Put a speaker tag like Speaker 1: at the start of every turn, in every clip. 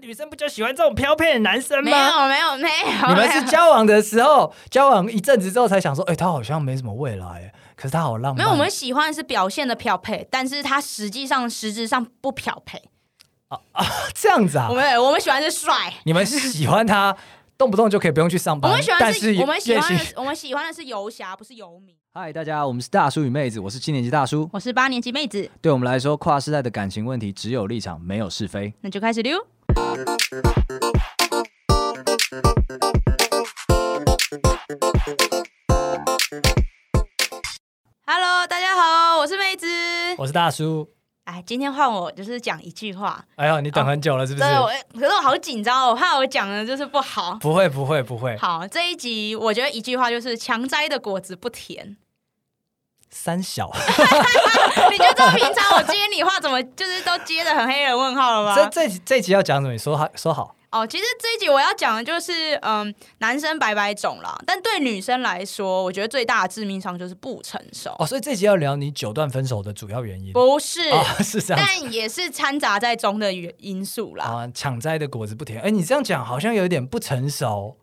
Speaker 1: 女生不就喜欢这种飘骗的男生
Speaker 2: 没
Speaker 1: 吗？
Speaker 2: 有没有没有，
Speaker 1: 你们
Speaker 2: 没
Speaker 1: 是
Speaker 2: 有
Speaker 1: 交往的时候，交往一阵子之后才想说，哎、他好像没什么未来，可是他好浪漫。
Speaker 2: 没有，我们喜欢是表现的漂配，但是他实际上实质上不漂配。
Speaker 1: 这样子啊
Speaker 2: 我，们我们喜欢是帅，
Speaker 1: 你们喜欢他，动不动就可以不用去上
Speaker 2: 我
Speaker 1: 班，
Speaker 2: 们喜欢
Speaker 1: 但
Speaker 2: 是
Speaker 1: 是
Speaker 2: 我们喜
Speaker 1: 也
Speaker 2: 欢
Speaker 1: 许
Speaker 2: 的是我们喜欢的是游侠，不是游民。
Speaker 3: 嗨，大家，我们是大叔与妹子，我是七年级大叔。
Speaker 2: 我是八年级妹子，
Speaker 3: 对我们来说，跨世代的感情问题只有立场，没有是非。
Speaker 2: 那就开始溜。Hello，大家好，我是妹子。
Speaker 1: 我是大叔。
Speaker 2: 哎，今天换我就是讲一句话，
Speaker 1: 哎呦，你等很久了是不是？
Speaker 2: 对，我可是我好紧张哦，我怕我讲的就是不好。
Speaker 1: 不会，不会，不会。
Speaker 2: 好，这一集我觉得一句话就是“强摘的果子不甜
Speaker 1: 三小，”，
Speaker 2: 你就知道平常我接你话怎么就是都接的很黑人问号了
Speaker 1: 这
Speaker 2: 吧？
Speaker 1: 这这集要讲什么？你说好，说好。
Speaker 2: 哦，其实这一集我要讲的就是，嗯，男生百百种啦，但对女生来说，我觉得最大的致命伤就是不成熟，
Speaker 1: 哦，所以这集要聊你九段分手的主要原因。
Speaker 2: 不是，
Speaker 1: 啊，是这样子。
Speaker 2: 但也是掺杂在中的原因素啦。
Speaker 1: 啊，抢摘的果子不甜。哎，你这样讲好像有点不成熟。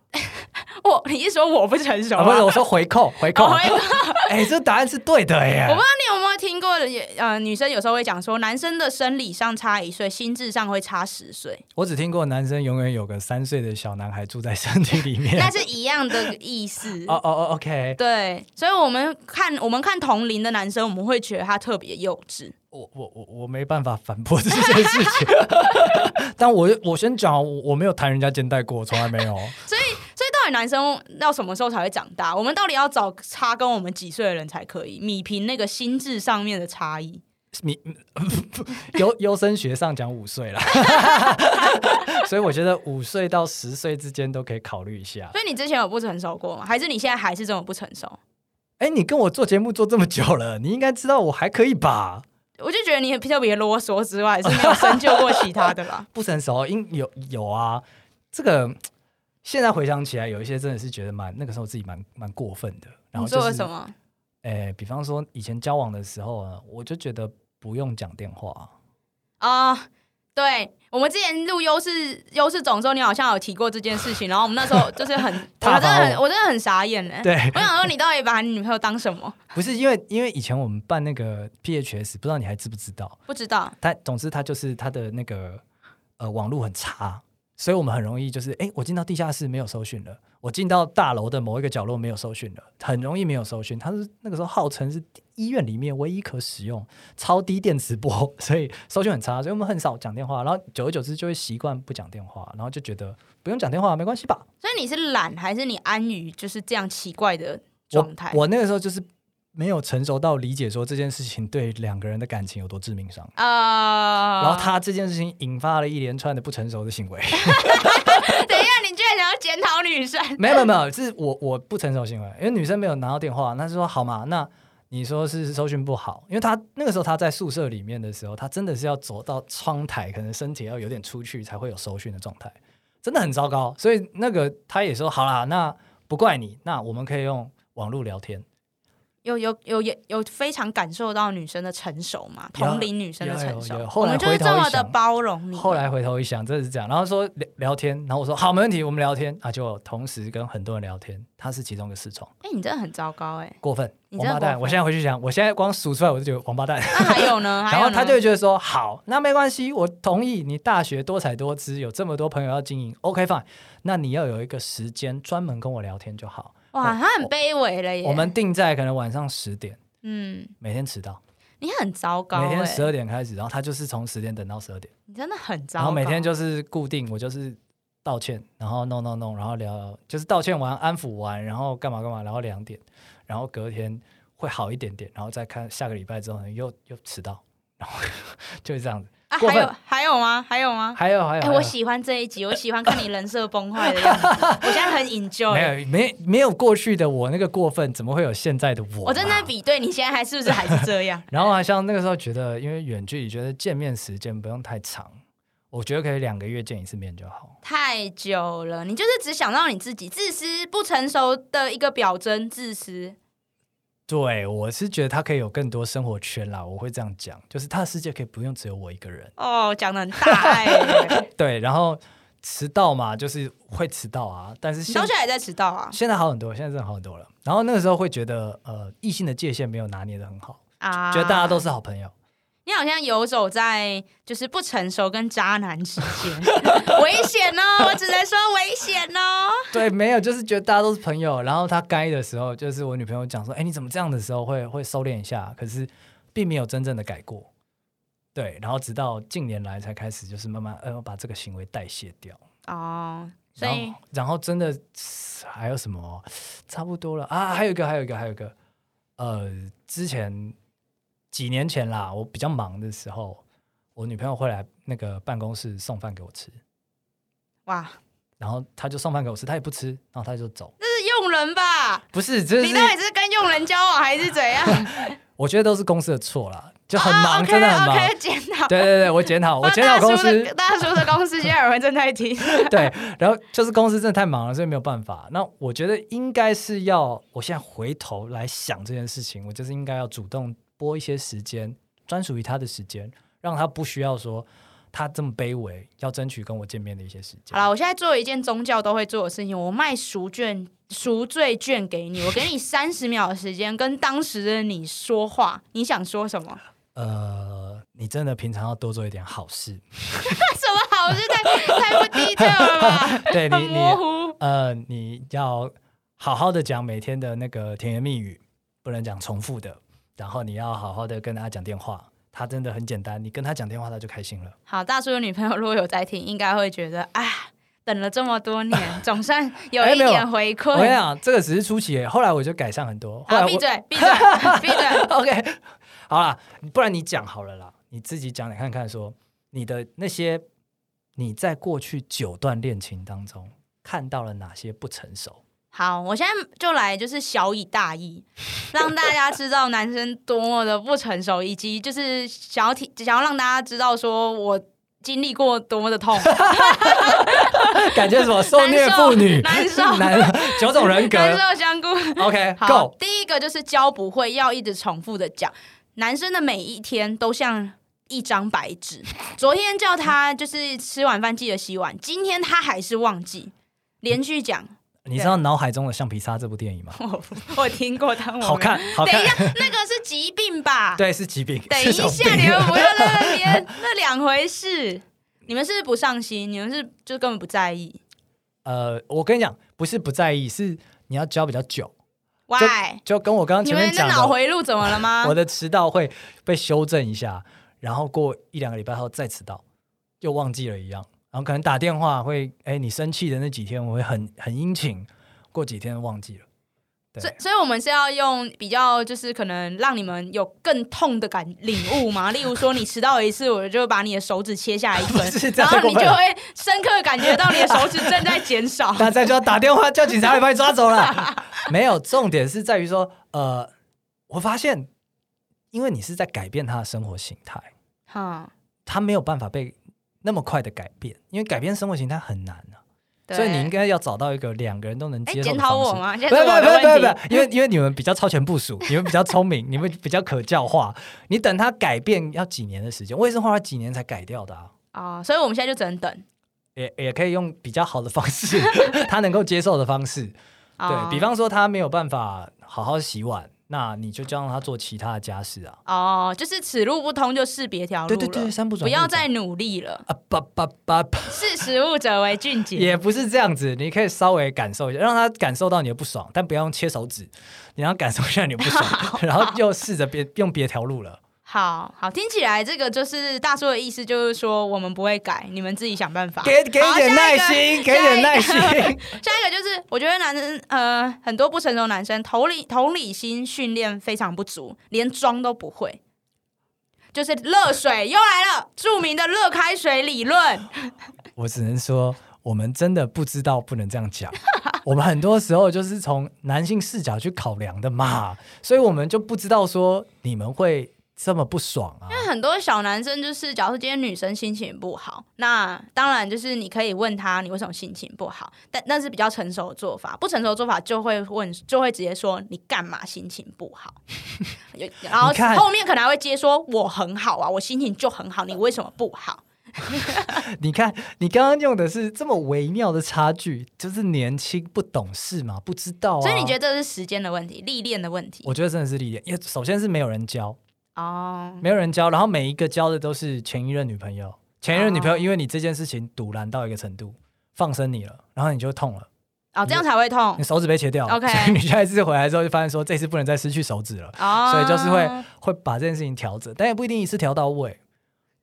Speaker 2: 我你是说我不成熟
Speaker 1: 啊，
Speaker 2: 吗？
Speaker 1: 不是，我说回扣，回扣
Speaker 2: 哦。回
Speaker 1: 哎，这答案是对的耶
Speaker 2: 我不。知道你有没有听过的，也呃，女生有时候会讲说，男生的生理上差一岁，心智上会差 十岁，
Speaker 1: 我只听过男生永远有个三岁的小男孩住在身体里面。
Speaker 2: 那是一样的意思。
Speaker 1: 哦哦哦，OK，
Speaker 2: 对，所以我们看我们看同龄的男生，我们会觉得他特别幼稚。
Speaker 1: 我我我我没办法反驳这件事情。 但我我先讲，我我没有谈人家肩带过，从来没有。
Speaker 2: 所以到底男生要什么时候才会长大？我们到底要找差跟我们几岁的人才可以米平那个心智上面的差异？
Speaker 1: 你优优生学上讲五岁啦， 所以我觉得五岁到十岁之间都可以考虑一下。
Speaker 2: 所以你之前有不成熟过吗？还是你现在还是这么不成熟？
Speaker 1: 哎，你跟我做节目做这么久了，你应该知道我还可以吧？
Speaker 2: 我就觉得你特别啰嗦之外，是没有深究过其他的啦。
Speaker 1: 不成熟，应有有啊。这个现在回想起来，有一些真的是觉得蛮那个时候自己蛮蛮过分的。 然后、
Speaker 2: 你
Speaker 1: 就是、
Speaker 2: 做了什？么？
Speaker 1: 哎，比方说以前交往的时候呢，我就觉得不用讲电话。
Speaker 2: 啊、对，我们之前录优势优势总的时候，你好像有提过这件事情，然后我们那时候就 是很，我
Speaker 1: 踏
Speaker 2: 真的
Speaker 1: 伐
Speaker 2: 很，
Speaker 1: 我
Speaker 2: 我真的很傻眼欸 嘞。
Speaker 1: 对，
Speaker 2: 我想说，你到底把你女朋友当什么？
Speaker 1: 不是因为因为以前我们办那个 PHS，不知道你还知不知道？
Speaker 2: 不知道，
Speaker 1: 他总之他就是他的那个呃网络很差，所以我们很容易就是哎，诶我进到地下室没有搜讯了，我进到大楼的某一个角落没有搜讯了，很容易没有搜讯。他是那个时候号称是医院里面唯一可使用超低电磁波， 所以搜讯很差，所以我们很少讲电话，然后久而久之就会习惯不讲电话，然后就觉得不用讲电话没关系吧。
Speaker 2: 所以你是懒，还是你安于就是这样奇怪的
Speaker 1: 我
Speaker 2: 状态？
Speaker 1: 我那个时候就是没有成熟到理解说这件事情对两个人的感情有多致命伤。
Speaker 2: 啊、
Speaker 1: 然后他这件事情引发了一连串的不成熟的行为，
Speaker 2: 等一下，你居然想要检讨女生？
Speaker 1: 没有没有没有，是我我不成熟行为，因为女生没有拿到电话，那是说好嘛，那你说是搜讯不好，因为他那个时候他在宿舍里面的时候，他真的是要走到窗台，可能身体要有点出去才会有搜讯的状态，真的很糟糕。所以那个他也说好啦，那不怪你，那我们可以用网络聊天，
Speaker 2: 有有有有有非常感受到女生的成熟嘛？
Speaker 1: 有
Speaker 2: 同龄女生的成熟
Speaker 1: 有有有，后
Speaker 2: 我
Speaker 1: 来
Speaker 2: 们就是
Speaker 1: 回头
Speaker 2: 这
Speaker 1: 一
Speaker 2: 么的
Speaker 1: 想
Speaker 2: 包容你。
Speaker 1: 后来回头一想，真的是这样。然后说聊聊天，然后我说好，没问题，我们聊天啊，就同时跟很多人聊天，他是其中一个视窗，
Speaker 2: 哎、你真的很糟糕哎、
Speaker 1: 过分，
Speaker 2: 你
Speaker 1: 王
Speaker 2: 真的
Speaker 1: 八
Speaker 2: 过
Speaker 1: 蛋！
Speaker 2: 分
Speaker 1: 我现在回去想，我现在光数出来我就觉得王八蛋。
Speaker 2: 啊那还有呢？还
Speaker 1: 然
Speaker 2: 有
Speaker 1: 后
Speaker 2: 呢
Speaker 1: 他就会觉得说，好，那没关系，我同意你大学多彩多姿，有这么多朋友要经营，OK fine，那你要有一个时间专门跟我聊天就好。
Speaker 2: 哇，他很卑微了耶。
Speaker 1: 我们定在可能晚上十点，
Speaker 2: 嗯，
Speaker 1: 每天迟到，
Speaker 2: 你很糟糕、欸，
Speaker 1: 每天十二点开始，然后他就是从十点等到十二点。
Speaker 2: 你真的很糟糕。
Speaker 1: 然后每天就是固定，我就是道歉，然后弄弄弄，然后聊，就是道歉完安抚完，然后干嘛干嘛，然后两点，然后隔天会好一点点，然后再看下个礼拜之后呢，又又迟到，然后 就是这样子。
Speaker 2: 啊，
Speaker 1: 过
Speaker 2: 还
Speaker 1: 分
Speaker 2: 有还有吗？还有吗？
Speaker 1: 还有还有，
Speaker 2: 哎、
Speaker 1: 还有
Speaker 2: 我喜欢这一集，我喜欢看你人设崩坏的样子，我 现在很 enjoy。
Speaker 1: 没有没没有过去的我那个过分，怎么会有现在的我？？
Speaker 2: 我正在。比对你现在还是不是还是这样
Speaker 1: 然后好像那个时候觉得，因为远距离，觉得见面时间不用太长，我觉得可以两个月见一次面就好。
Speaker 2: 太久了，你就是只想到你自己，自私不成熟的一个表征，自私。
Speaker 1: 对我是觉得他可以有更多生活圈啦，我会这样讲，就是他的世界可以不用只有我一个人。
Speaker 2: 哦，讲的很大 哎、
Speaker 1: 对，然后迟到嘛，就是会迟到啊，但是
Speaker 2: 你
Speaker 1: 现
Speaker 2: 到现在也在迟到啊？
Speaker 1: 现在好很多，现在真的好很多了。然后那个时候会觉得，呃，异性的界限没有拿捏的很好，
Speaker 2: 啊，
Speaker 1: 觉得大家都是好朋友。
Speaker 2: 你好像游走在就是不成熟跟渣男之间， 危险哦！我只能说危险哦。
Speaker 1: 对，没有，就是觉得大家都是朋友。然后他该的时候，就是我女朋友讲说：“哎，你怎么这样的时候会会收敛一下？”可是并没有真正的改过。对，然后直到近年来才开始，就是慢慢呃把这个行为代谢掉。
Speaker 2: 哦，所
Speaker 1: 然
Speaker 2: 以
Speaker 1: 后然后真的还有什么差不多了啊？还有一个，还有一个，还有一个，呃，之前几年前啦，我比较忙的时候，我女朋友会来那个办公室送饭给我吃，
Speaker 2: 哇，
Speaker 1: 然后她就送饭给我吃，她也不吃，然后她就走。
Speaker 2: 这是用人吧？
Speaker 1: 不是，这
Speaker 2: 你
Speaker 1: 是
Speaker 2: 到底是跟用人交往还是怎样？
Speaker 1: 我觉得都是公司的错啦，就很忙，真的很忙。
Speaker 2: 啊 OK，检讨。
Speaker 1: 对对对，我检 讨，我
Speaker 2: 那
Speaker 1: 检讨公
Speaker 2: 大叔
Speaker 1: 司
Speaker 2: 的，大叔的公司现在有人正在听。
Speaker 1: 对，然后就是公司真的太忙了，所以没有办法。那我觉得应该是要，我现在回头来想这件事情，我就是应该要主动拨一些时间，专属于他的时间，让他不需要说他这么卑微，要争取跟我见面的一些时间
Speaker 2: 好。了，我现在做一件宗教都会做的事情，我卖赎券、赎罪券给你，我给你三十秒的时间跟当时的你说话，你想说什么？
Speaker 1: 呃，你真的平常要多做一点好 事，
Speaker 2: 什么好事太太不 detail 了吧？
Speaker 1: 对 你
Speaker 2: 很
Speaker 1: 你
Speaker 2: 模糊。
Speaker 1: 呃，你要好好的讲每天的那个甜言蜜语，不能讲重复的。然后你要好好的跟他讲电话，他真的很简单，你跟他讲电话他就开心 了。
Speaker 2: 好，大叔的女朋友如果有在听，应该会觉得啊，等了这么多年，总算有
Speaker 1: 哎
Speaker 2: 一
Speaker 1: 没有
Speaker 2: 点回
Speaker 1: 我跟你
Speaker 2: 馈。
Speaker 1: 讲，这个只是初期耶，后来我就改善很多。后来
Speaker 2: 好，
Speaker 1: 我
Speaker 2: 闭嘴，闭嘴，闭嘴。
Speaker 1: OK，好啦，不然你讲好了啦，你自己讲讲看看说你的那些你在过去九段恋情当中看到了哪些不成 熟？
Speaker 2: 好，我现在就来就是小以大义，让大家知道男生多么的不成熟，以及就是想要体想要让大家知道说我经历过多么 的痛，
Speaker 1: 感觉什么受虐
Speaker 2: 难受
Speaker 1: 妇女、
Speaker 2: 难受
Speaker 1: 男九种 人格
Speaker 2: 难受香菇。好
Speaker 1: OK，Go，，
Speaker 2: 第一个就是教不会，要一直重复的讲。男生的每一天都像一张白纸，昨天叫他就是吃晚饭记得洗碗，今天他还是忘记，连续讲。
Speaker 1: 你知道脑海中的橡皮擦这部电影吗？
Speaker 2: 我我听过，但我没
Speaker 1: 好。看，好
Speaker 2: 嗯等
Speaker 1: 看
Speaker 2: 一，下，那个是疾病 吧？
Speaker 1: 对，是疾病，
Speaker 2: 等一
Speaker 1: 是种
Speaker 2: 下，你
Speaker 1: 病
Speaker 2: 们不要在那边，那两回事。 你们是不是不上心，你们是就根本不在意。
Speaker 1: 呃，我跟你讲，不是不在意，是你要教比较久，就
Speaker 2: Why？
Speaker 1: 就跟我刚刚
Speaker 2: 你
Speaker 1: 前面
Speaker 2: 们的
Speaker 1: 讲
Speaker 2: 脑回路怎么了吗
Speaker 1: 我？的迟到会被修正一下，然后过一两个礼拜后再迟到，又忘记了一样。然后可能打电话会，哎，你生气的那几天我会很很殷勤，过几天忘记了。对
Speaker 2: 所以，所以我们是要用比较，就是可能让你们有更痛的感领悟嘛。 例如说，你迟到一次，我就把你的手指切下来一
Speaker 1: 不
Speaker 2: 根
Speaker 1: 是，这样
Speaker 2: 然后
Speaker 1: 太
Speaker 2: 你
Speaker 1: 过分
Speaker 2: 就
Speaker 1: 了。
Speaker 2: 会深刻地感觉到你的手指正在减少
Speaker 1: 大家就要打电话叫警察来把你抓走 了。没有，重点是在于说，呃，我发现，因为你是在改变他的生活形态，
Speaker 2: 嗯，
Speaker 1: 他没有办法被那么快的改变，因为改变生活形态很难啊。
Speaker 2: 对
Speaker 1: 所以你应该要找到一个两个人都能
Speaker 2: 哎
Speaker 1: 接受
Speaker 2: 检
Speaker 1: 的
Speaker 2: 讨
Speaker 1: 方
Speaker 2: 我
Speaker 1: 式。
Speaker 2: 吗？
Speaker 1: 不不不
Speaker 2: 现在是我的问
Speaker 1: 不不，
Speaker 2: 题
Speaker 1: 因为因为你们比较超前部署，你们比较聪明，你们比较可教化。你等他改变要几年的时间，我也是花了几年才改掉的啊。
Speaker 2: 哦，所以我们现在就只能等。
Speaker 1: 也也可以用比较好的方式， 他能够接受的方式。
Speaker 2: 哦
Speaker 1: 对比方说，他没有办法好好洗碗，那你就叫他做其他的家事啊。
Speaker 2: 哦，就是此路不通，就识别条路
Speaker 1: 对
Speaker 2: 了。
Speaker 1: 对对，三不转
Speaker 2: 不
Speaker 1: 路
Speaker 2: 要
Speaker 1: 转
Speaker 2: 再努力了，
Speaker 1: 啊叭叭叭叭，
Speaker 2: 识时务者为俊杰。
Speaker 1: 也不是这样子。你可以稍微感受一下，让他感受到你的不爽，但不要用切手指，你要感受一下你的不 爽，然后就试着别用别条路了。
Speaker 2: 好好，听起来这个就是大叔的意思，就是说我们不会改，你们自己想办法。
Speaker 1: 给给一
Speaker 2: 好
Speaker 1: 点
Speaker 2: 下
Speaker 1: 耐
Speaker 2: 一个
Speaker 1: 心，给一点耐心。
Speaker 2: 下一个就是，我觉得男生呃，很多不成熟男生同理同理心训练非常不足，连装都不会。就是热水又来了，著名的热开水理论。
Speaker 1: 我只能说，我们真的不知道，不能这样 讲。我们很多时候就是从男性视角去考量的嘛，所以我们就不知道说你们会这么不爽啊。
Speaker 2: 很多小男生就是，假如说今天女生心情不好，那当然就是你可以问他你为什么心情不好，但那是比较成熟的做法。不成熟的做法就会问，就会直接说你干嘛心情不好，有然后
Speaker 1: 你看
Speaker 2: 后面可能还会接说我很好啊，我心情就很好，你为什么不好？
Speaker 1: 你看，你刚刚用的是这么微妙的差距，就是年轻不懂事嘛，不知道、啊。
Speaker 2: 所以你觉得？这是时间的问题，历练的问题
Speaker 1: 我觉得真的是历练，因为首先是没有人教，
Speaker 2: 哦。
Speaker 1: 没有人教，然后每一个教的都是前一任女朋友，前一任女朋友
Speaker 2: 哦
Speaker 1: 因为你这件事情堵拦到一个程度，放生你了，然后你就痛了，
Speaker 2: 哦，这样才会痛
Speaker 1: 你手指被切掉了
Speaker 2: OK
Speaker 1: 所以你下一次回来之后就发现说这次不能再失去手指了，
Speaker 2: 哦，
Speaker 1: 所以就是会会把这件事情调整，但也不一定一次调到位。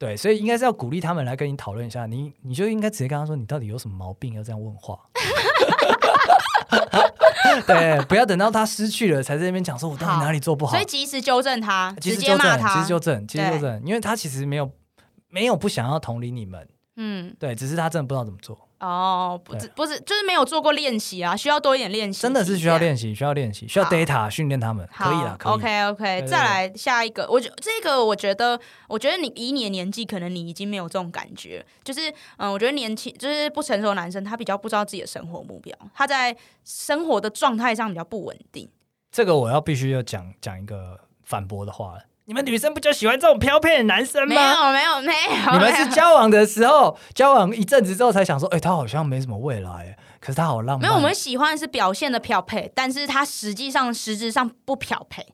Speaker 1: 对，所以应该是要鼓励他们来跟你讨论一下，你你就应该直接跟他说你到底有什么毛病要这样问话。 对，不要等到他失去了才在那边讲说我到底哪里做不好。
Speaker 2: 所以及时纠正他，
Speaker 1: 其
Speaker 2: 直
Speaker 1: 实
Speaker 2: 接
Speaker 1: 纠
Speaker 2: 骂
Speaker 1: 正，
Speaker 2: 他，
Speaker 1: 其实纠正，其实纠
Speaker 2: 对
Speaker 1: 正，因为他其实没有没有不想要同理你们，
Speaker 2: 嗯。
Speaker 1: 对，只是他真的不知道怎么做，
Speaker 2: 哦，不
Speaker 1: 对
Speaker 2: 是不是，就是没有做过练习啊，需要多一点练习，
Speaker 1: 真的是需要
Speaker 2: 习。
Speaker 1: 练习，需要练习，需要
Speaker 2: 好
Speaker 1: data 训练他们，可以了，可以。
Speaker 2: OK
Speaker 1: 对
Speaker 2: OK，
Speaker 1: 对
Speaker 2: 再来下一个，我觉这个我觉得，我觉得你以你的年纪，可能你已经没有这种感觉，就是嗯，我觉得年轻就是不成熟的男生，他比较不知道自己的生活目标，他在生活的状态上比较不稳定。
Speaker 1: 这个我要必须要讲讲一个反驳的话了，你们女生不就喜欢这种飘骗的男生
Speaker 2: 没
Speaker 1: 吗？
Speaker 2: 有没有没有，
Speaker 1: 你们
Speaker 2: 没有
Speaker 1: 是交往的时候，交往一阵子之后才想说，哎、他好像没什么未来，欸可是他好浪漫。啊
Speaker 2: 没有，我们喜欢是表现的漂配，但是他实际上实质上不漂配。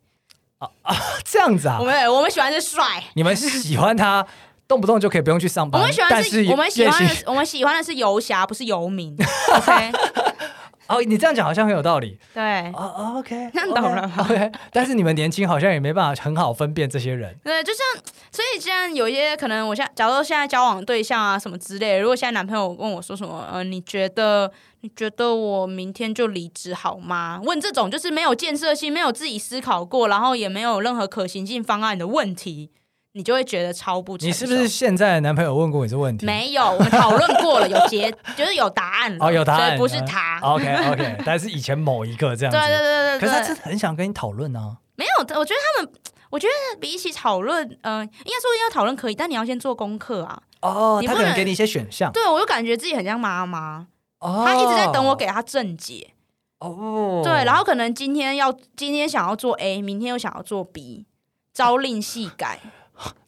Speaker 1: 这样子啊
Speaker 2: 我，们我们喜欢是帅，
Speaker 1: 你们喜欢他，动不动就可以不用去上
Speaker 2: 我
Speaker 1: 班，
Speaker 2: 们喜欢
Speaker 1: 但
Speaker 2: 是
Speaker 1: 是
Speaker 2: 我们喜欢
Speaker 1: 也
Speaker 2: 的
Speaker 1: 许
Speaker 2: 是我们喜欢的是游侠，不是游民。OK，
Speaker 1: 哦，你这样讲好像很有道理。
Speaker 2: 对
Speaker 1: 哦哦，OK，
Speaker 2: 那懂了吗
Speaker 1: OK，但是你们年轻好像也没办法很好分辨这些人。
Speaker 2: 对，就像所以这样，有一些可能我现在，假如说现在交往对象啊什么之类，如果现在男朋友问我说什么，呃，你觉得你觉得我明天就离职好吗？问这种就是没有建设性、没有自己思考过，然后也没有任何可行性方案的问题，你就会觉得超不成熟。
Speaker 1: 你是不是现在的男朋友问过你这问题？
Speaker 2: 没有？我们讨论过了，有结， 就是有答案了
Speaker 1: 哦，有答
Speaker 2: 所
Speaker 1: 案，
Speaker 2: 以不是他。
Speaker 1: OK OK，但是以前某一个这样
Speaker 2: 对啊
Speaker 1: 子。
Speaker 2: 对对对对，
Speaker 1: 可是他真的很想跟你讨论啊。
Speaker 2: 没有，我觉得他们，我觉得比起讨论，嗯、应该说要讨论可以，但你要先做功课啊。
Speaker 1: 哦，
Speaker 2: 你
Speaker 1: 他
Speaker 2: 不
Speaker 1: 可能
Speaker 2: 能
Speaker 1: 给你一些选项。
Speaker 2: 对，我就感觉自己很像妈妈，
Speaker 1: 哦，
Speaker 2: 她一直在等我。给她正解。
Speaker 1: 哦，
Speaker 2: 对，然后可能今天要今天想要做 A，明天又想要做 B，朝令夕 改。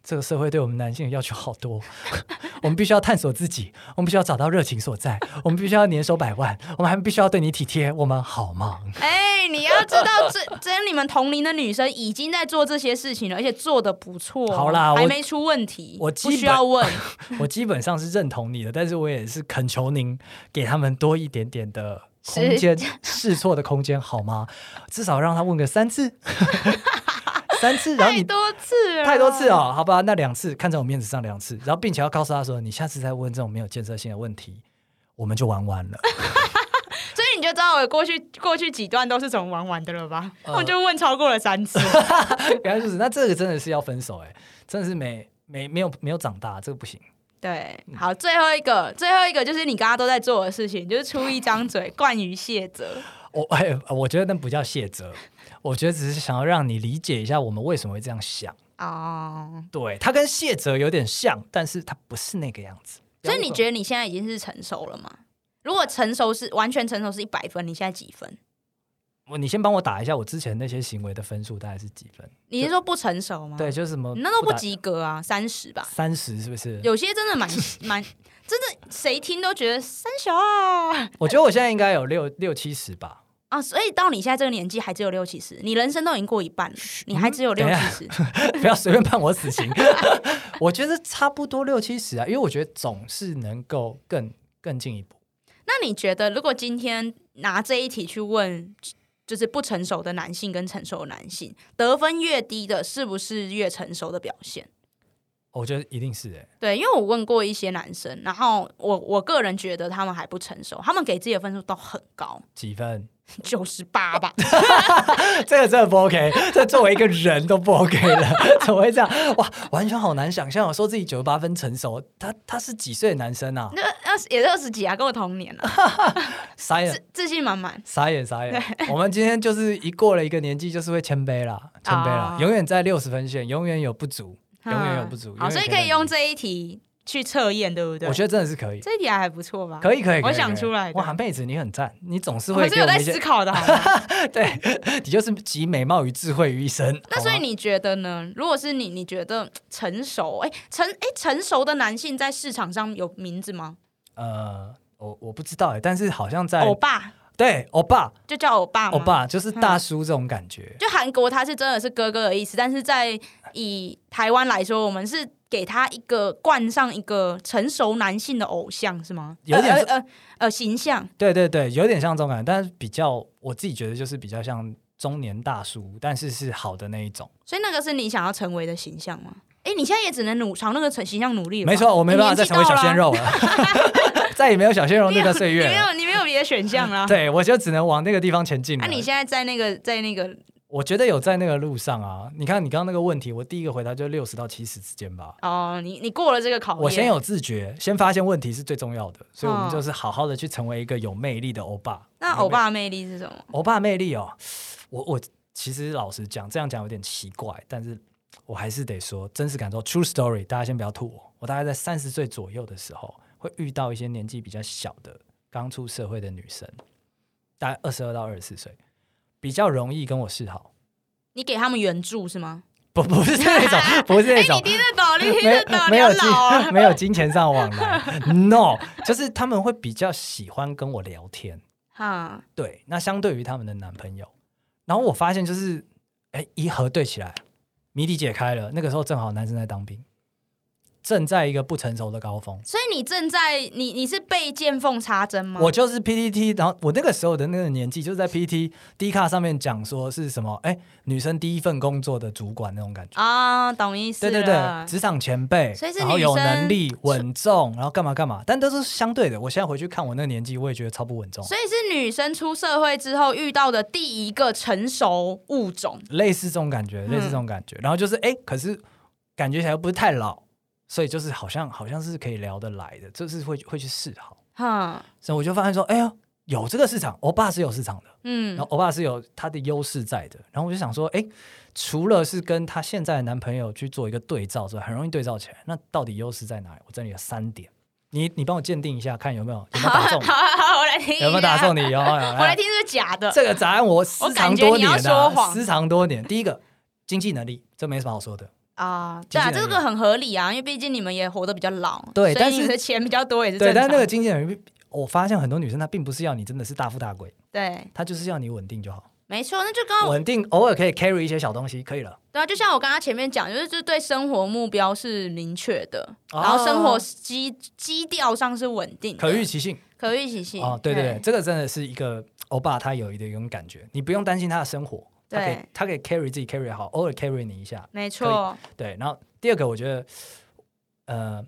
Speaker 1: 这个社会对我们男性的要求好多， 我们必须要探索自己，我们必须要找到热情所在，我们必须要年收百万，我们还必须要对你体贴，我们好忙。
Speaker 2: 哎、你要知道，这这你们同龄的女生已经在做这些事情了，而且做的不错。
Speaker 1: 好啦我
Speaker 2: 还没出问题，
Speaker 1: 我基
Speaker 2: 不
Speaker 1: 本
Speaker 2: 需要问。
Speaker 1: 我基本上是认同你的，但是我也是恳求您给他们多一点点的空间，试错的空间好吗？至少让他问个三次， 三次， 然后
Speaker 2: 太
Speaker 1: 你
Speaker 2: 多次了，
Speaker 1: 太多次。哦，好吧，那两次看在我面子上两次，然后并且要告诉他说，你下次再问这种没有建设性的问题，我们就玩完了。
Speaker 2: 所以你就知道我过去过去几段都是怎么玩玩的了吧？
Speaker 1: 呃
Speaker 2: 我就问超过了三次。
Speaker 1: 原来就是，那这个真的是要分手哎、真的是没没没有没有长大，这个不行。
Speaker 2: 对，
Speaker 1: 嗯
Speaker 2: 好，最后一个，最后一个就是你刚刚都在做的事情，就是出一张嘴，惯于卸责。
Speaker 1: 我哎、我觉得那不叫卸责，我觉得只是想要让你理解一下我们为什么会这样想。
Speaker 2: 哦，
Speaker 1: 对，它跟谢哲有点像，但是它不是那个样子。
Speaker 2: 所以你
Speaker 1: 得
Speaker 2: 觉得你现在已经是成熟了吗？如果成熟是完全成熟是一百分，你现在几分？
Speaker 1: 我你先帮我打一下我之前那些行为的分数大概是几分？
Speaker 2: 你是说不成熟吗？
Speaker 1: 对，，就是什么
Speaker 2: 嗯你那都不
Speaker 1: 打
Speaker 2: 及格啊，三十吧。
Speaker 1: 三十是不是？
Speaker 2: 有些真的蛮蛮，真的谁听都觉得三小啊
Speaker 1: 我觉得我现在应该有六六七十吧。
Speaker 2: 啊！所以到你现在这个年纪还只有六七十，你人生都已经过一半了，你还只有六
Speaker 1: 嗯等一
Speaker 2: 七
Speaker 1: 下
Speaker 2: 十。
Speaker 1: 不要随便判我死刑。 我觉得差不多六七十啊，因为我觉得总是能够更更进一步。
Speaker 2: 那你觉得，如果今天拿这一题去问，就是不成熟的男性跟成熟的男性，得分越低的，是不是越成熟的表现？
Speaker 1: 我觉得一定是哎、
Speaker 2: 对，因为我问过一些男生，然后我我个人觉得他们还不成熟，他们给自己的分数都很高，
Speaker 1: 几分？
Speaker 2: 九十八吧。
Speaker 1: 这个真的不 OK，这作为一个人都不 OK 了， 怎么会这样？哇，完全好难想象哦，我说自己九十八分成熟，他他是几岁的男生啊？
Speaker 2: 那二十也是二十几啊，跟我同年啊，
Speaker 1: 傻眼
Speaker 2: 自，自信满满。
Speaker 1: 傻眼傻眼，我们今天就是一过了一个年纪，就是会谦卑啦，谦卑啦，
Speaker 2: 哦
Speaker 1: 永远在六十分线，永远有不足，永远有不足永
Speaker 2: 嗯
Speaker 1: 远
Speaker 2: 好，所以
Speaker 1: 可以
Speaker 2: 可
Speaker 1: 再
Speaker 2: 以用
Speaker 1: 努
Speaker 2: 这一题去测验，对不对？
Speaker 1: 我觉得真的是可以，
Speaker 2: 这一题还不错吧？
Speaker 1: 可以可以，
Speaker 2: 我
Speaker 1: 可以
Speaker 2: 想
Speaker 1: 可以
Speaker 2: 出来的
Speaker 1: 哇，妹子你很赞，你总是
Speaker 2: 我
Speaker 1: 会
Speaker 2: 还是
Speaker 1: 给我
Speaker 2: 有在
Speaker 1: 们一
Speaker 2: 思
Speaker 1: 些，
Speaker 2: 考的，好吗
Speaker 1: 对， 你就是集美貌与智慧于一身。
Speaker 2: 那
Speaker 1: 好
Speaker 2: 所以
Speaker 1: 吗
Speaker 2: 你觉得呢？如果是你，你觉得成熟，哎、成哎、成熟的男性在市场上有名字吗？
Speaker 1: 呃，我我不知道哎，但是好像在
Speaker 2: 欧巴
Speaker 1: 对欧巴
Speaker 2: 就叫欧巴吗嗯
Speaker 1: 欧，巴就是大叔这种感觉，
Speaker 2: 就韩国他是真的是哥哥的意思，但是在以台湾来说，我们是给他一个冠上一个成熟男性的偶像是吗？
Speaker 1: 有点
Speaker 2: 呃
Speaker 1: 是
Speaker 2: 呃呃呃形象，
Speaker 1: 对对对，有点像这种感觉，但是比较我自己觉得就是比较像中年大叔，但是是好的那一种。
Speaker 2: 所以那个是你想要成为的形象吗？哎、你现在也只能努朝那个成形象努力了吧。
Speaker 1: 没错，我没办法再成为小鲜肉了， 再也没有小鲜肉
Speaker 2: 你年
Speaker 1: 那
Speaker 2: 纪到了啊，
Speaker 1: 个岁月
Speaker 2: 你没
Speaker 1: 了。
Speaker 2: 有你没有别的选项了。
Speaker 1: 对，我就只能往那个地方前进
Speaker 2: 那、
Speaker 1: 了。
Speaker 2: 你现在在那个在那个
Speaker 1: 我觉得有在那个路上啊。你看你刚刚那个问题，我第一个回答就六十到七十之间吧。
Speaker 2: 哦，你你过了这个考验，
Speaker 1: 我先有自觉，先发现问题是最重要的，所以我
Speaker 2: 哦
Speaker 1: 们就是好好的去成为一个有魅力的欧巴。
Speaker 2: 那欧巴的魅力是什么？
Speaker 1: 欧巴魅力哦，我我其实老实讲，这样讲有点奇怪，但是我还是得说真实感受 true story。大家先不要吐我，我大概在三十岁左右的时候，会遇到一些年纪比较小的刚出社会的女生，大概二十二到二十四岁，比较容易跟我示好。
Speaker 2: 你给他们援助是吗？
Speaker 1: 不 不是那 种，不是
Speaker 2: 哎、
Speaker 1: 那种
Speaker 2: 你，听得懂，哎你听
Speaker 1: 没
Speaker 2: 得
Speaker 1: 有没有
Speaker 2: 懂，你要老啊
Speaker 1: 金没有金钱上往来 ，no，就是他们会比较喜欢跟我聊天。
Speaker 2: 哈，
Speaker 1: 对，那相对于他们的男朋友，然后我发现就是，哎，一核对起来，谜底解开了。那个时候正好男生在当兵，正在一个不成熟的高峰。
Speaker 2: 所以你正在你你是被见缝插针吗？
Speaker 1: 我就是 PPT，然后我那个时候的那个年纪，就是在 PPT D 卡上面讲说是什么，哎，女生第一份工作的主管那种感觉。
Speaker 2: 啊，懂意思
Speaker 1: 对
Speaker 2: 了。
Speaker 1: 对对，职场前辈
Speaker 2: 啊所以，是
Speaker 1: 然后
Speaker 2: 女
Speaker 1: 有
Speaker 2: 生
Speaker 1: 能力、稳重，然后干嘛干嘛，但都是相对的。我现在回去看我那个年纪，我也觉得超不稳重，
Speaker 2: 所以是女生出社会之后遇到的第一个成熟物种。
Speaker 1: 类似这种感
Speaker 2: 嗯
Speaker 1: 觉，类似这种感觉。然后就是，哎，可是感觉起来又不是太老，所以就是好像好像是可以聊得来的，就是会会去示好。
Speaker 2: 哈，
Speaker 1: 所以我就发现说，哎呀，有这个市场，欧巴是有市场的。
Speaker 2: 嗯
Speaker 1: 然后，欧巴是有他的优势在的。然后我就想说，哎，除了是跟她现在的男朋友去做一个对照之外，很容易对照起来。那到底优势在哪里？我这里有三点，你你帮我鉴定一下，看有没有有没有打中
Speaker 2: 好，好好，我来听一下。
Speaker 1: 有没有打中你？有有有
Speaker 2: 我来听是不是假的。
Speaker 1: 这个答案我私藏多
Speaker 2: 我
Speaker 1: 年
Speaker 2: 感觉你要说
Speaker 1: 啊，
Speaker 2: 谎
Speaker 1: 私藏多年。第一个经济能力，这没什么好说的。
Speaker 2: 啊，对啊，
Speaker 1: 经纪人
Speaker 2: 这个很合理啊，因为毕竟你们也活得比较老，
Speaker 1: 对
Speaker 2: 所以
Speaker 1: 但是
Speaker 2: 你的钱比较多也是
Speaker 1: 对，
Speaker 2: 正
Speaker 1: 但
Speaker 2: 常。
Speaker 1: 是那个经济能力，我发现很多女生她并不是要你真的是大富大贵，
Speaker 2: 对，
Speaker 1: 她就是要你稳定就好，
Speaker 2: 没错，那就跟我
Speaker 1: 稳定偶尔可以 carry 一些小东西，可以了。
Speaker 2: 对啊，就像我刚刚前面讲，就是就是对生活目标是明确的，
Speaker 1: 哦
Speaker 2: 然后生活基基调上是稳定的，
Speaker 1: 可预期性
Speaker 2: 可预期性。
Speaker 1: 哦，对对对，这个真的是一个欧巴，他有一个一种感觉，你不用担心他的生活，他可以
Speaker 2: 对
Speaker 1: 他可以 carry 自己 carry 好，偶尔 carry 你一下，
Speaker 2: 没错
Speaker 1: 对。然后第二个，我觉得，呃，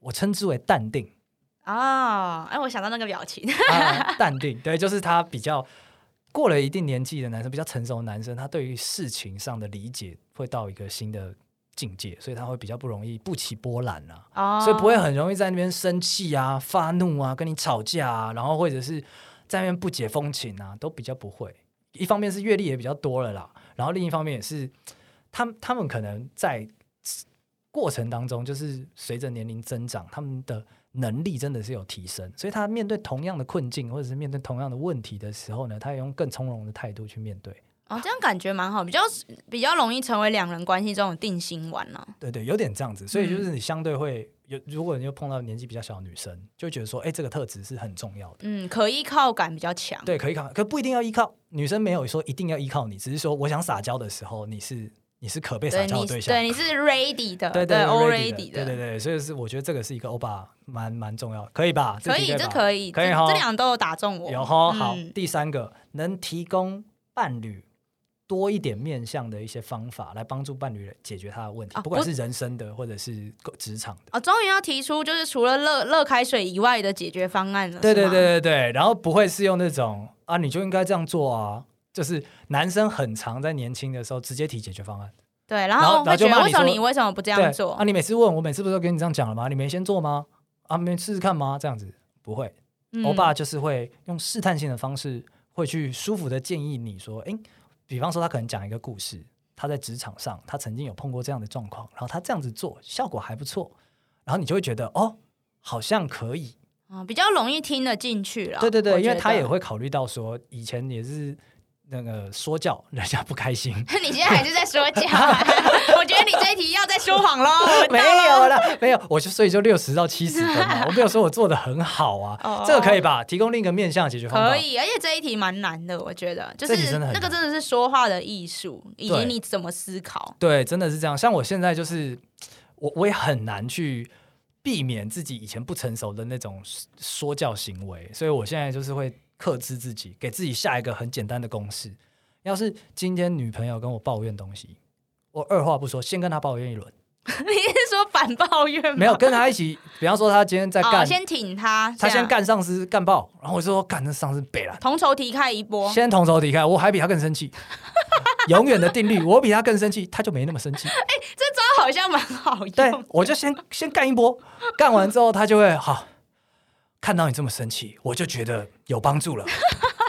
Speaker 1: 我称之为淡定，
Speaker 2: 啊，哎，我想到那个表情，
Speaker 1: 啊，淡定，对，就是他比较过了一定年纪的男生，比较成熟的男生，他对于事情上的理解会到一个新的境界，所以他会比较不容易不起波澜啊，
Speaker 2: 哦，
Speaker 1: 所以不会很容易在那边生气啊、发怒啊、跟你吵架啊，然后或者是在那边不解风情啊，都比较不会。一方面是阅历也比较多了啦，然后另一方面也是他们他们可能在过程当中，就是随着年龄增长，他们的能力真的是有提升，所以他面对同样的困境或者是面对同样的问题的时候呢，他也用更从容的态度去面对。
Speaker 2: 哦，这样感觉蛮好，比较比较容易成为两人关系中的定心丸啊了、
Speaker 1: 对对，有点这样子，所以就是你相对会有，如果你又碰到年纪比较小的女生，就觉得说，哎，这个特质是很重要的。
Speaker 2: 嗯，可依靠感比较强。
Speaker 1: 对，可以靠，可不一定要依靠。女生没有说一定要依靠你，只是说我想撒娇的时候，你是你是可被撒
Speaker 2: 对，
Speaker 1: 娇的
Speaker 2: 你
Speaker 1: 对
Speaker 2: 是
Speaker 1: 象。
Speaker 2: 对 你是 ready 的，
Speaker 1: 对对
Speaker 2: already
Speaker 1: 对对
Speaker 2: 的，
Speaker 1: 对，所以是我觉得这个是一个欧巴蛮蛮重要的，可以吧？
Speaker 2: 可
Speaker 1: 题
Speaker 2: 以，
Speaker 1: 对
Speaker 2: 这
Speaker 1: 吧
Speaker 2: 可以，
Speaker 1: 可以
Speaker 2: 这
Speaker 1: 哈
Speaker 2: 这两个都有打中我。
Speaker 1: 有哈。好，
Speaker 2: 嗯
Speaker 1: 第三个能提供伴侣多一点面向的一些方法，来帮助伴侣解决他的问题，
Speaker 2: 啊
Speaker 1: 不管
Speaker 2: 不
Speaker 1: 是人生的或者是职场的。
Speaker 2: 哦，终于要提出就是除了热热开水以外的解决方案了。
Speaker 1: 对对
Speaker 2: 是吗，
Speaker 1: 对对对，然后不会是用那种啊，你就应该这样做啊。就是男生很常在年轻的时候直接提解决方案，
Speaker 2: 对，然
Speaker 1: 然后
Speaker 2: 后
Speaker 1: 然
Speaker 2: 会
Speaker 1: 后就
Speaker 2: 觉得
Speaker 1: 骂
Speaker 2: 为
Speaker 1: 你
Speaker 2: 什么
Speaker 1: 说
Speaker 2: 你为什么不这
Speaker 1: 对
Speaker 2: 样做
Speaker 1: 啊！？你每次问我，每次不是都跟你这样讲了吗？你没先做吗？啊，没试试看吗？这样子不会，
Speaker 2: 嗯
Speaker 1: 欧巴就是会用试探性的方式，会去舒服的建议你说，诶，比方说他可能讲一个故事，他在职场上他曾经有碰过这样的状况，然后他这样子做效果还不错，然后你就会觉得哦，好像可以。
Speaker 2: 啊，比较容易听得进去了。
Speaker 1: 对对
Speaker 2: 啊我
Speaker 1: 对，因
Speaker 2: 觉
Speaker 1: 为他
Speaker 2: 得
Speaker 1: 也。会考虑到说，以前也是那个说教，人家不开心。
Speaker 2: 你现在还是在说假， 我觉得你这一题要再说谎喽。 我
Speaker 1: 没
Speaker 2: 到了
Speaker 1: 有啦，没有，我就所以就六十到七十分 嘛，我没有说我做的很好
Speaker 2: 哦
Speaker 1: 啊，这个可以吧？提供另一个面向解决方法。
Speaker 2: 可以，而且这一题蛮难的，我觉得，就
Speaker 1: 这题
Speaker 2: 是
Speaker 1: 真的很
Speaker 2: 那个
Speaker 1: 难
Speaker 2: 真的是说话的艺术，以及
Speaker 1: 对
Speaker 2: 你怎么思考。
Speaker 1: 对，真的是这样。像我现在就是，我我也很难去避免自己以前不成熟的那种说说教行为，所以我现在就是会克制自己，给自己下一个很简单的公式。要是今天女朋友跟我抱怨东西，我二话不说，先跟她抱怨一 轮，
Speaker 2: 你是说反抱怨吗？
Speaker 1: 没有跟她一起，比方说她今天在干，
Speaker 2: 哦，先挺他，
Speaker 1: 她
Speaker 2: 这
Speaker 1: 先
Speaker 2: 样，
Speaker 1: 干上司干爆，然后我就说干那上司北了，
Speaker 2: 同仇敌忾一波。
Speaker 1: 先同仇敌忾，我还比她更生 气。永远的定律，我比她更生气，她就没那么生 气。
Speaker 2: 这招好像蛮好用。
Speaker 1: 对，我就先先干一波，干完之后他就会好。看到你这么生气，我就觉得有帮 助了。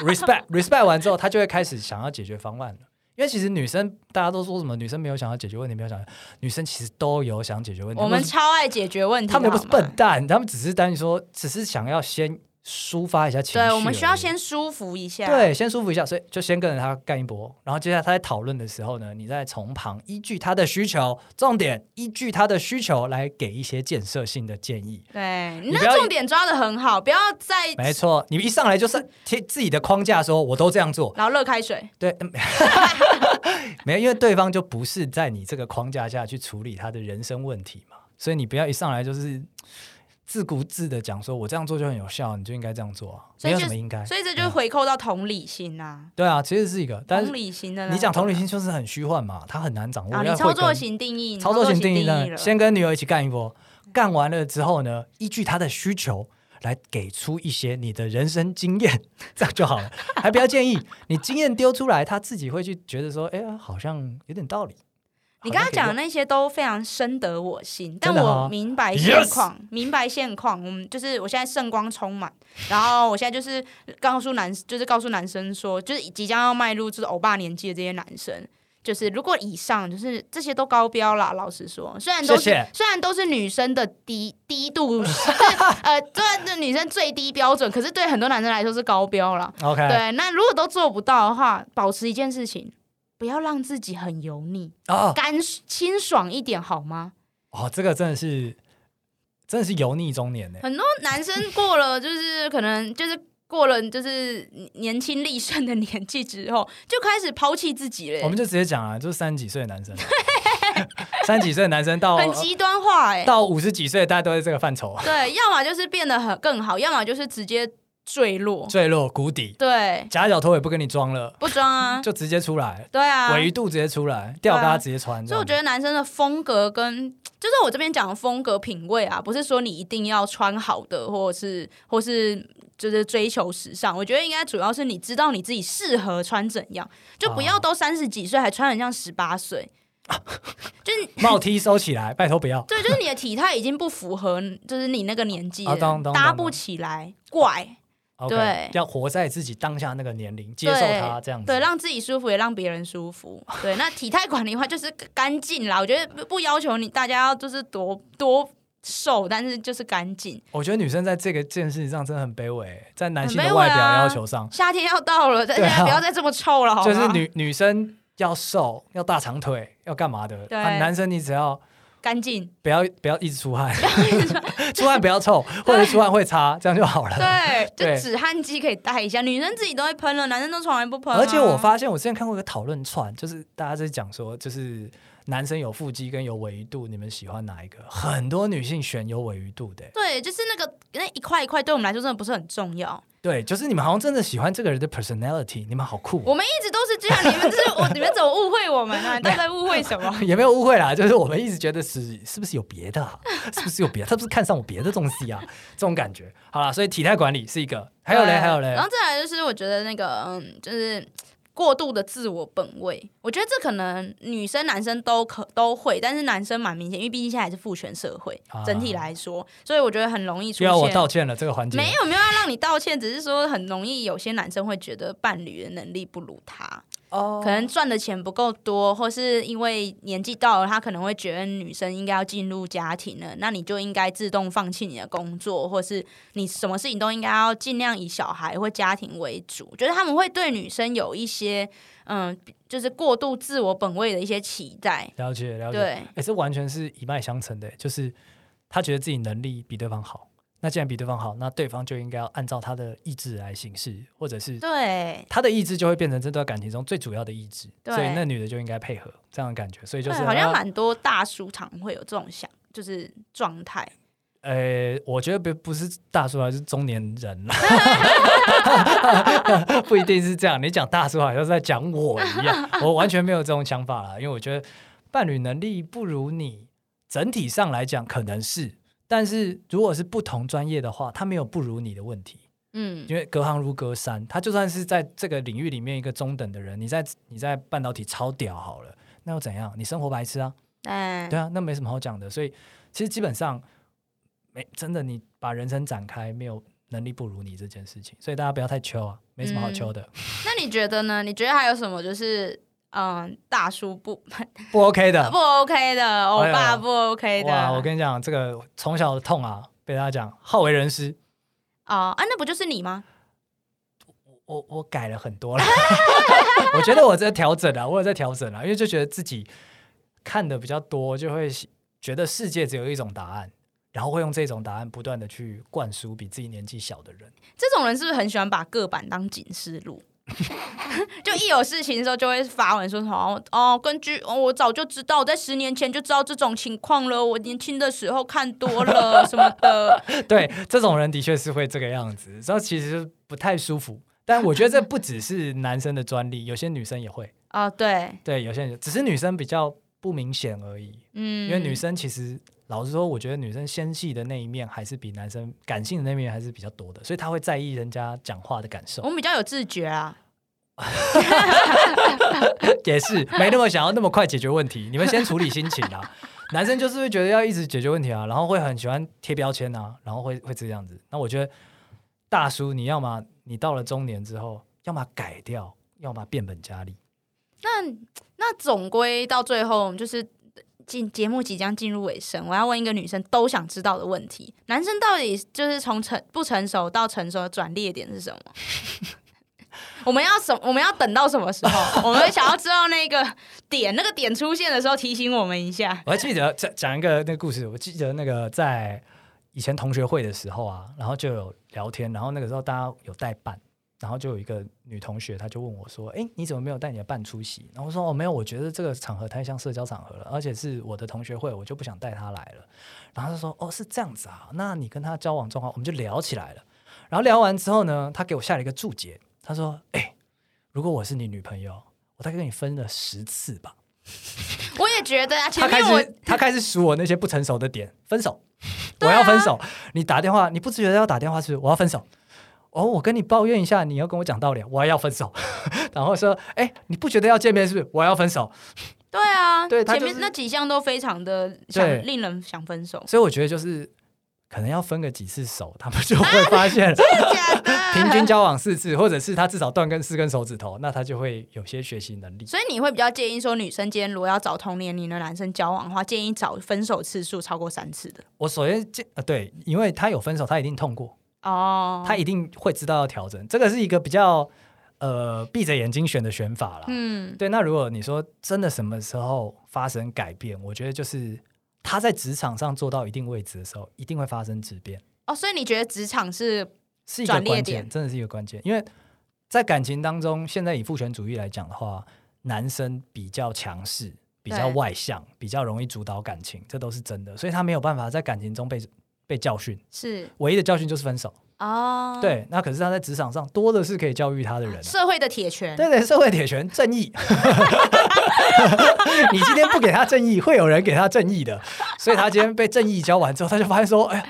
Speaker 1: respect respect 完之后，他就会开始想要解决方案了。因为其实女生大家都说什么女生没有想要解决问题，没有想要，女生其实都有想解决问题。
Speaker 2: 我们
Speaker 1: 为什么
Speaker 2: 超爱解决问题，
Speaker 1: 她们又不
Speaker 2: 好
Speaker 1: 是
Speaker 2: 吗
Speaker 1: 笨。蛋，她们只是单纯说，只是想要先抒发一下情绪而已。
Speaker 2: 对，我们需要先舒服一下。，
Speaker 1: 对，先舒服一下，所以就先跟着他干一波，然后接下来他在讨论的时候呢，你再从旁依据他的需求，重点依据他的需求来给一些建设性的建议。
Speaker 2: 对，你
Speaker 1: 你
Speaker 2: 那
Speaker 1: 不要
Speaker 2: 个重点抓的很好，不要再
Speaker 1: 没错，你一上来就是贴自己的框架说，我都这样做，
Speaker 2: 然后热开水。
Speaker 1: 对，嗯 没有，因为对方就不是在你这个框架下去处理他的人生问题嘛，所以你不要一上来就是自顾自的讲说，我这样做就很有效，你就应该这样做啊，
Speaker 2: 所
Speaker 1: 没
Speaker 2: 以
Speaker 1: 有
Speaker 2: 就
Speaker 1: 什么应该。
Speaker 2: 所以这就是回扣到同理心啊，
Speaker 1: 对啊，其实是一个，但是
Speaker 2: 同理心的那
Speaker 1: 你讲
Speaker 2: 种
Speaker 1: 同理心就是很虚幻嘛，他很难掌握。
Speaker 2: 啊，你
Speaker 1: 要
Speaker 2: 操
Speaker 1: 会
Speaker 2: 作
Speaker 1: 跟
Speaker 2: 型定义，你
Speaker 1: 操作型定义
Speaker 2: 了嗯
Speaker 1: 呢，，先跟女友一起干一波，干完了之后呢，依据她的需求来给出一些你的人生经验， 这样就好了。还不要建议你经验丢出来，她自己会去觉得说，哎呀，好像有点道理。
Speaker 2: 你
Speaker 1: 好
Speaker 2: 刚
Speaker 1: 像可
Speaker 2: 刚
Speaker 1: 以
Speaker 2: 讲的
Speaker 1: 用
Speaker 2: 那些都非常深得我心，但
Speaker 1: 真的
Speaker 2: 我
Speaker 1: 哦
Speaker 2: 明白
Speaker 1: Yes！
Speaker 2: 现况明白现况。我们就是我现在圣光充满，然后我现在就是告诉男，就是告诉男生说，就是即将要迈入就是欧巴年纪的这些男生，就是如果以上就是这些都高标啦。老实说，虽然都是
Speaker 1: 谢谢
Speaker 2: 虽然都是女生的低低度， 就是呃，虽然是女生最低标准，可是对很多男生来说是高标啦。
Speaker 1: OK
Speaker 2: 对，那如果都做不到的话，保持一件事情，不要让自己很油腻。
Speaker 1: 哦
Speaker 2: 干清爽一点好吗？
Speaker 1: 哦，这个真的是真的是油腻中年呢。
Speaker 2: 很多男生过了就是可能就是过了就是年轻力盛的年纪之后，就开始抛弃自己了、
Speaker 1: 我们就直接讲啊，就是三十几岁的男生， 三十几岁的男生到
Speaker 2: 很极端化哎、
Speaker 1: 哦到五十几岁，大家都在这个范畴，
Speaker 2: 对，要么就是变得很更好，要么就是直接坠落。
Speaker 1: 坠落谷底，
Speaker 2: 对，
Speaker 1: 夹脚拖也不跟你装了。
Speaker 2: 不装啊，
Speaker 1: 就直接出来，
Speaker 2: 对啊。
Speaker 1: 尾鱼肚直接出来，吊
Speaker 2: 对啊
Speaker 1: 嘎直接穿。
Speaker 2: 所以我觉
Speaker 1: 得
Speaker 2: 得男生的风格跟就是我这边讲的风格品味啊，不是说你一定要穿好的，或者是或是就是追求时尚。我觉得应该主要是你知道你自己适合穿怎样，就不要
Speaker 1: 哦
Speaker 2: 都三十几岁还穿很像十八岁。就是
Speaker 1: 帽 T 收起来，拜托不要。
Speaker 2: 对，就是你的体态已经不符合，就是你那个年纪了
Speaker 1: 啊当当
Speaker 2: 搭
Speaker 1: 当
Speaker 2: 不
Speaker 1: 当
Speaker 2: 起来，怪
Speaker 1: OK，
Speaker 2: 对
Speaker 1: 要活在自己当下那个年龄，接
Speaker 2: 对
Speaker 1: 受它这样子。
Speaker 2: 对，让自己舒服也让别人舒服。对，那体态管理的话就是干净啦，我觉得不不要求你大家要就是多多瘦，但是就是干净。
Speaker 1: 我觉得女生在这个这件事情上真的很卑微，在男性
Speaker 2: 很卑
Speaker 1: 的
Speaker 2: 微啊
Speaker 1: 外表要求上，
Speaker 2: 夏天要到了，大
Speaker 1: 对啊
Speaker 2: 家不要再这么臭了，好吗？
Speaker 1: 就是女女生要瘦，要大长腿，要干嘛的？
Speaker 2: 对
Speaker 1: 啊男生你只要
Speaker 2: 干净，
Speaker 1: 不要不要一直出汗， 出汗不要臭，或者出汗会擦，这样就好了。
Speaker 2: 对，就
Speaker 1: 对
Speaker 2: 止汗剂可以带一下。女生自己都会喷了，男生都从来不喷啊、
Speaker 1: 而且我发现，我之前看过一个讨论串，就是大家在讲说，就是男生有腹肌跟有尾鱼肚，你们喜欢哪一个？很多女性选有尾鱼肚的、
Speaker 2: 对，就是那个那一块一块，对我们来说真的不是很重要。
Speaker 1: 对，就是你们好像真的喜欢这个人的 personality，你们好酷哦、
Speaker 2: 我们一直都是这样，你们这是我，你们怎么误会我们 呢、啊？你到底在误会什么？
Speaker 1: 也没有误会啦，就是我们一直觉得是是不是有别的、啊，是不是有别的？他是不是看上我别的东 西啊？这种感觉。好啦，所以体态管理是一个，还有嘞，
Speaker 2: 对
Speaker 1: 还有
Speaker 2: 然
Speaker 1: 嘞
Speaker 2: 后，再来就是我觉得那个嗯，就是过度的自我本位，我觉得这可能女生男生都可都会，但是男生蛮明显，因为毕竟现在还是父权社会，
Speaker 1: 啊
Speaker 2: 整体来说，所以我觉得很容易出
Speaker 1: 需要我
Speaker 2: 现。
Speaker 1: 道歉了这个环节。
Speaker 2: 没有没有要让你道歉，只是说很容易有些男生会觉得伴侣的能力不如他，
Speaker 1: 哦
Speaker 2: 可能赚的钱不够多，或是因为年纪到了，他可能会觉得女生应该要进入家庭了，那你就应该自动放弃你的工作，或是你什么事情都应该要尽量以小孩或家庭为主。就是他们会对女生有一些嗯，就是过度自我本位的一些期待。
Speaker 1: 了解了解，
Speaker 2: 对，
Speaker 1: 哎、这完全是一脉相承的，哎就是他觉得自己能力比对方好，那既然比对方好，那对方就应该要按照他的意志来行事，或者是
Speaker 2: 对，
Speaker 1: 他的意志就会变成这段感情中最主要的意志，
Speaker 2: 对
Speaker 1: 所以那女的就应该配合这样的感觉，所以就是
Speaker 2: 对好像
Speaker 1: 啊
Speaker 2: 蛮多大叔常会有这种想，就是状态。
Speaker 1: 呃，我觉得不不是大叔啊，是中年人了， 不一定是这样。你讲大叔好像是在讲我一样，我完全没有这种想法啦，因为我觉得伴侣能力不如你，整体上来讲可能是，但是如果是不同专业的话，他没有不如你的问题。
Speaker 2: 嗯
Speaker 1: 因为隔行如隔山，他就算是在这个领域里面一个中等的人，你在你在半导体超屌好了，那又怎样？你生活白痴啊，
Speaker 2: 嗯，
Speaker 1: 对啊，那没什么好讲的。所以其实基本上没真的，你把人生展开，没有能力不如你这件事情，所以大家不要太求啊，没什么好求的，
Speaker 2: 那你觉得呢？你觉得还有什么就是嗯，大 叔不
Speaker 1: 不 OK 的。
Speaker 2: 不 OK 的，欧
Speaker 1: 哎
Speaker 2: 巴
Speaker 1: 呦
Speaker 2: 不 OK 的。
Speaker 1: 哇，我跟你讲，这个从小的痛啊，被大家讲好为人师，
Speaker 2: 哦啊，那不就是你吗？
Speaker 1: 我我改了很 多了， 我觉得我在调整啊，我有在调整啊，因为就觉得自己看的比较多，就会喜觉得世界只有一种答案，然后会用这种答案不断的去灌输比自己年纪小的人。
Speaker 2: 这种人是不是很喜欢把个板当警示录？ 就一有事情的时候就会发文说什么哦哦，根据哦我早就知道，我在十年前就知道这种情况了，我年轻的时候看多了什么 的。
Speaker 1: 对，这种人的确是会这个样子，这其实不太舒服。但我觉得这不只是男生的专利，有些女生也会。
Speaker 2: 哦，对，
Speaker 1: 对，有些人只是女生比较不明显而已，
Speaker 2: 嗯，
Speaker 1: 因为女生其实老实说，我觉得女生纤细的那一面还是比男生感性的那一面还是比较多的，所以她会在意人家讲话的感受，
Speaker 2: 我们比较有自觉啊。
Speaker 1: 也是没那么想要那么快解决问题。你们先处理心情啊，男生就是会觉得要一直解决问题啊，然后会很喜欢贴标签啊，然后会会这样子。那我觉得大叔，你要么你到了中年之后，要么改掉，要么变本加厉。
Speaker 2: 那那总归到最后就是。进节目即将进入尾声，我要问一个女生都想知道的问题：男生到底就是从成不成熟到成熟的转捩点是什么？我们要什我们要等到什么时候？我们想要知道那个点，那个点出现的时候提醒我们一下。
Speaker 1: 我还记得讲讲一个那个故事，我记得那个在以前同学会的时候啊，然后就有聊天，然后那个时候大家有带伴，然后就有一个女同学，她就问我说：“哎，你怎么没有带你的伴出席？”然后我说：“哦，没有，我觉得这个场合太像社交场合了，而且是哦我的同学会，我就不想带她来了。”然后她就说：“哦，是这样子啊，那你跟她交往状况，我们就聊起来了。”然后聊完之后呢，她给我下了一个注解，她说：“哎，如果我是你女朋友，我大概跟你分了十次吧。”
Speaker 2: 我也觉得啊，前
Speaker 1: 他开
Speaker 2: 面我
Speaker 1: 始他开始数我那些不成熟的点，分 手，我
Speaker 2: 啊
Speaker 1: 要分手。你打电话，你不自觉的要打电话是不是我要分手。哦，我跟你抱怨一下，你要跟我讲道理，我要分手。 然后说，哎、你不觉得要见面是不是？我要分手。
Speaker 2: 对啊，
Speaker 1: 对他
Speaker 2: 前
Speaker 1: 就
Speaker 2: 面
Speaker 1: 是
Speaker 2: 那几项都非常的想
Speaker 1: 对，
Speaker 2: 令人想分手
Speaker 1: 所以我觉得就是可能要分个几次手，他们就会发现
Speaker 2: 啊 真的假的？
Speaker 1: 平均交往四次，或者是他至少断根四根手指头，那他就会有些学习能力。
Speaker 2: 所以你会比较建议说，女生今天如果要找同年龄的男生交往的话，建议找分手次数超过三次的
Speaker 1: 我首先这呃对，因为他有分手，他一定痛过，
Speaker 2: 哦
Speaker 1: 他一定会知道要调整。这个是一个比较呃闭着眼睛选的选法啦。
Speaker 2: 嗯，
Speaker 1: 对，那如果你说真的什么时候发生改变，我觉得就是他在职场上做到一定位置的时候，一定会发生质变，
Speaker 2: 哦，所以你觉得职场是
Speaker 1: 是一
Speaker 2: 转
Speaker 1: 个
Speaker 2: 捩
Speaker 1: 关
Speaker 2: 点
Speaker 1: 键，真的是一个关键。因为在感情当中，现在以父权主义来讲的话，男生比较强势，比较
Speaker 2: 对
Speaker 1: 外向，比较容易主导感情，这都是真的，所以他没有办法在感情中被被教训。
Speaker 2: 是
Speaker 1: 唯一的教训就是分手，
Speaker 2: 哦，
Speaker 1: 对。那可是他在职场上多的是可以教育他的人、啊，
Speaker 2: 社会的铁拳，
Speaker 1: 对对，社会铁拳正义。 你今天不给他正义，会有人给他正义的。所以他今天被正义教完之后，他就发现说：“哎呀，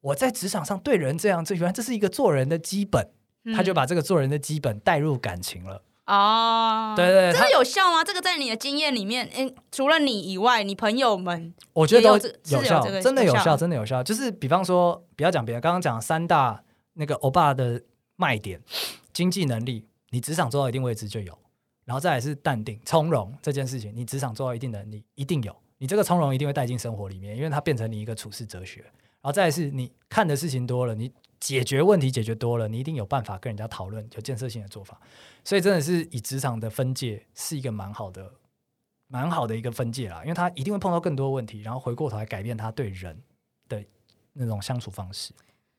Speaker 1: 我在职场上对人这样，这原来这是一个做人的基本。”
Speaker 2: 嗯
Speaker 1: 他就把这个做人的基本带入感情了。
Speaker 2: 哦，
Speaker 1: 对对对
Speaker 2: 这
Speaker 1: 他
Speaker 2: 个有效吗？这个在你的经验里面，嗯，除了你以外，你朋友们
Speaker 1: 我觉得
Speaker 2: 也有
Speaker 1: 都
Speaker 2: 这是有
Speaker 1: 有效
Speaker 2: 这个，
Speaker 1: 真的
Speaker 2: 有
Speaker 1: 有
Speaker 2: 效
Speaker 1: 效，真的有效。就是比方说，不要讲别的，刚刚讲三大那个欧巴的卖点，经济能力，你职场做到一定位置就有。然然后再来是淡定、从容这件事情，你职场做到一定能力，一定有，你这个从容一定会带进生活里面，因为它变成你一个处事哲学。然后再来是你看的事情多了，你解决问题解决多了，你一定有办法跟人家讨论有建设性的做法。所以真的是以职场的分界是一个蛮好的、蛮好的一个分界啦，因为他一定会碰到更多问题，然后回过头来改变他对人的那种相处方式。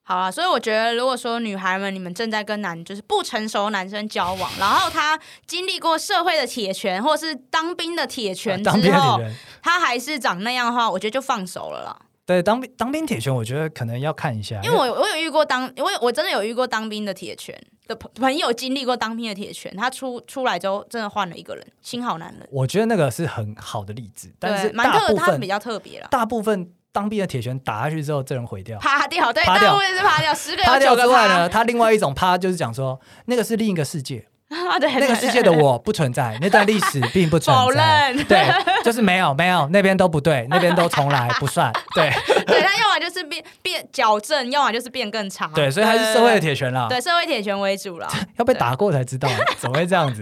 Speaker 2: 好啊，所以我觉得，如果说女孩们你们正在跟男就是不成熟的男生交往，然后他经历过社会的铁拳，或是 当兵的铁拳
Speaker 1: 当
Speaker 2: 之
Speaker 1: 兵的
Speaker 2: 后，
Speaker 1: 人，
Speaker 2: 他还是长那样的话，我觉得就放手了啦。
Speaker 1: 对当兵当兵铁拳，我觉得可能要看一下，
Speaker 2: 因为我我有遇过当，我有我真的有遇过当兵的铁拳的朋朋友经历过当兵的铁拳，他出出来之后真的换了一个人，新好男人，
Speaker 1: 我觉得那个是很好的例子，但
Speaker 2: 对，
Speaker 1: 是
Speaker 2: 蛮
Speaker 1: 大
Speaker 2: 特，
Speaker 1: 部
Speaker 2: 他比
Speaker 1: 分
Speaker 2: 较特别啦。
Speaker 1: 大部分当兵的铁拳打下去之后，这人毁 掉。
Speaker 2: 趴掉，对，
Speaker 1: 趴
Speaker 2: 大
Speaker 1: 掉
Speaker 2: 部分是趴掉，十个
Speaker 1: 趴
Speaker 2: 有
Speaker 1: 掉
Speaker 2: 九
Speaker 1: 之
Speaker 2: 个
Speaker 1: 外
Speaker 2: 趴
Speaker 1: 呢，，他另外一种趴就是讲说，那个是另一个世界，
Speaker 2: 啊， 对，
Speaker 1: 那个
Speaker 2: 对
Speaker 1: 世界的我不存在，那段历史并不存
Speaker 2: 否
Speaker 1: 在。
Speaker 2: 认，
Speaker 1: 对， 就是没有没有，那边都不对，那边都重来不算。对
Speaker 2: 对他要么就是变变矫正，要么就是变更差。
Speaker 1: 对，所以他是社会的铁拳啊啦。
Speaker 2: 对社会铁拳 为主啦。
Speaker 1: 要被打过才 知道，怎么会这样子？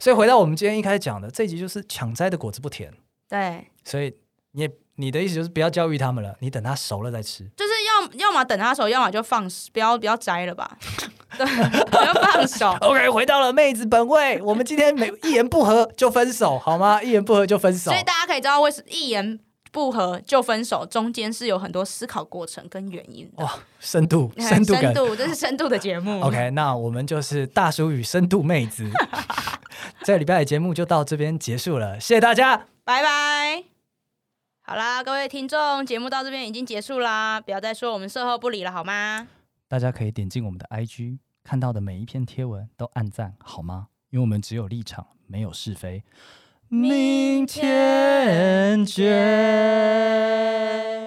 Speaker 1: 所以回到我们今天一开始讲的，这一集就是抢摘的果子不甜，
Speaker 2: 对，
Speaker 1: 所以你也你的意思就是不要教育他们了，你等它熟了再吃。
Speaker 2: 就是要要么等他手，要么就放手，不要不要摘了吧， 对，不要放手。
Speaker 1: OK，回到了妹子本 位，我们今天每一言不合就分手，好吗？一言不合就分手
Speaker 2: 所。以大家可以知道，为什一言不合就分手，中间是有很多思考过程跟原因的。
Speaker 1: 哇，深度，
Speaker 2: 嗯
Speaker 1: 哦深度感。
Speaker 2: 这是深度的节 目。
Speaker 1: OK，那我们就是大叔与深度妹 子，这礼拜的节目就到这边结束了，谢谢大家。
Speaker 2: 拜拜。好啦，各位听众，节目到这边已经结束啦，不要再说我们售后不理了，好吗？
Speaker 1: 大家可以点进我们的 IG，看到的每一篇贴文都按赞好吗？因为我们只有立场，没有是非。明天见。